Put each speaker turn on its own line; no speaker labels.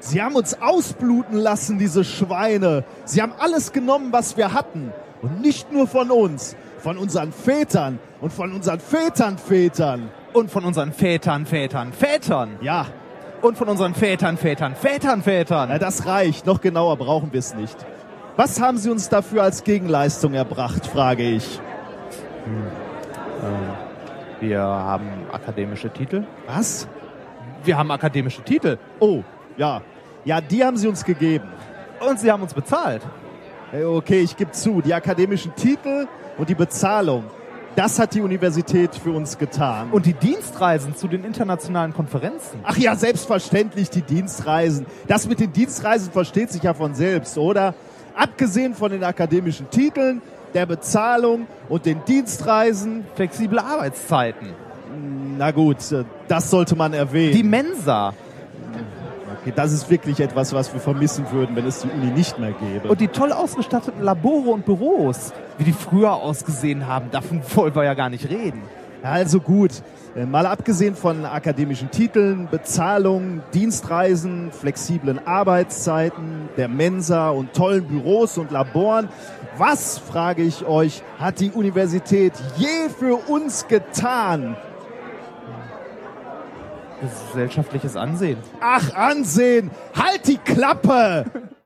Sie haben uns ausbluten lassen, diese Schweine. Sie haben alles genommen, was wir hatten. Und nicht nur von uns, von unseren Vätern und von unseren Vätern, Vätern.
Und von unseren Vätern, Vätern, Vätern.
Ja,
Und von unseren Vätern, Vätern, Vätern,
na,
Vätern.
das reicht. Noch genauer brauchen wir es nicht. Was haben Sie uns dafür als Gegenleistung erbracht, frage ich.
Wir haben akademische Titel.
Was?
Wir haben akademische Titel.
Oh, ja. Ja, die haben Sie uns gegeben.
Und sie haben uns bezahlt.
Äh, Okay, ich gebe zu, die akademischen Titel und die Bezahlung, das hat die Universität für uns getan. Und
Und die Dienstreisen zu den internationalen Konferenzen.
ach ja, selbstverständlich die Dienstreisen. Das mit den Dienstreisen versteht sich ja von selbst, oder? Abgesehen von den akademischen Titeln, der Bezahlung und den Dienstreisen,
Flexible Arbeitszeiten.
na gut, äh, das sollte man erwähnen.
Die Mensa.
Okay, das ist wirklich etwas, was wir vermissen würden, wenn es die Uni nicht mehr gäbe.
Und die toll ausgestatteten Labore und Büros. Wie die früher ausgesehen haben, davon wollen wir ja gar nicht reden.
Also gut, äh, mal abgesehen von akademischen Titeln, Bezahlung, Dienstreisen, flexiblen Arbeitszeiten, der Mensa und tollen Büros und Laboren, was, frage ich euch, hat die Universität je für uns getan?
Gesellschaftliches Ansehen.
Ach, Ansehen, halt die Klappe!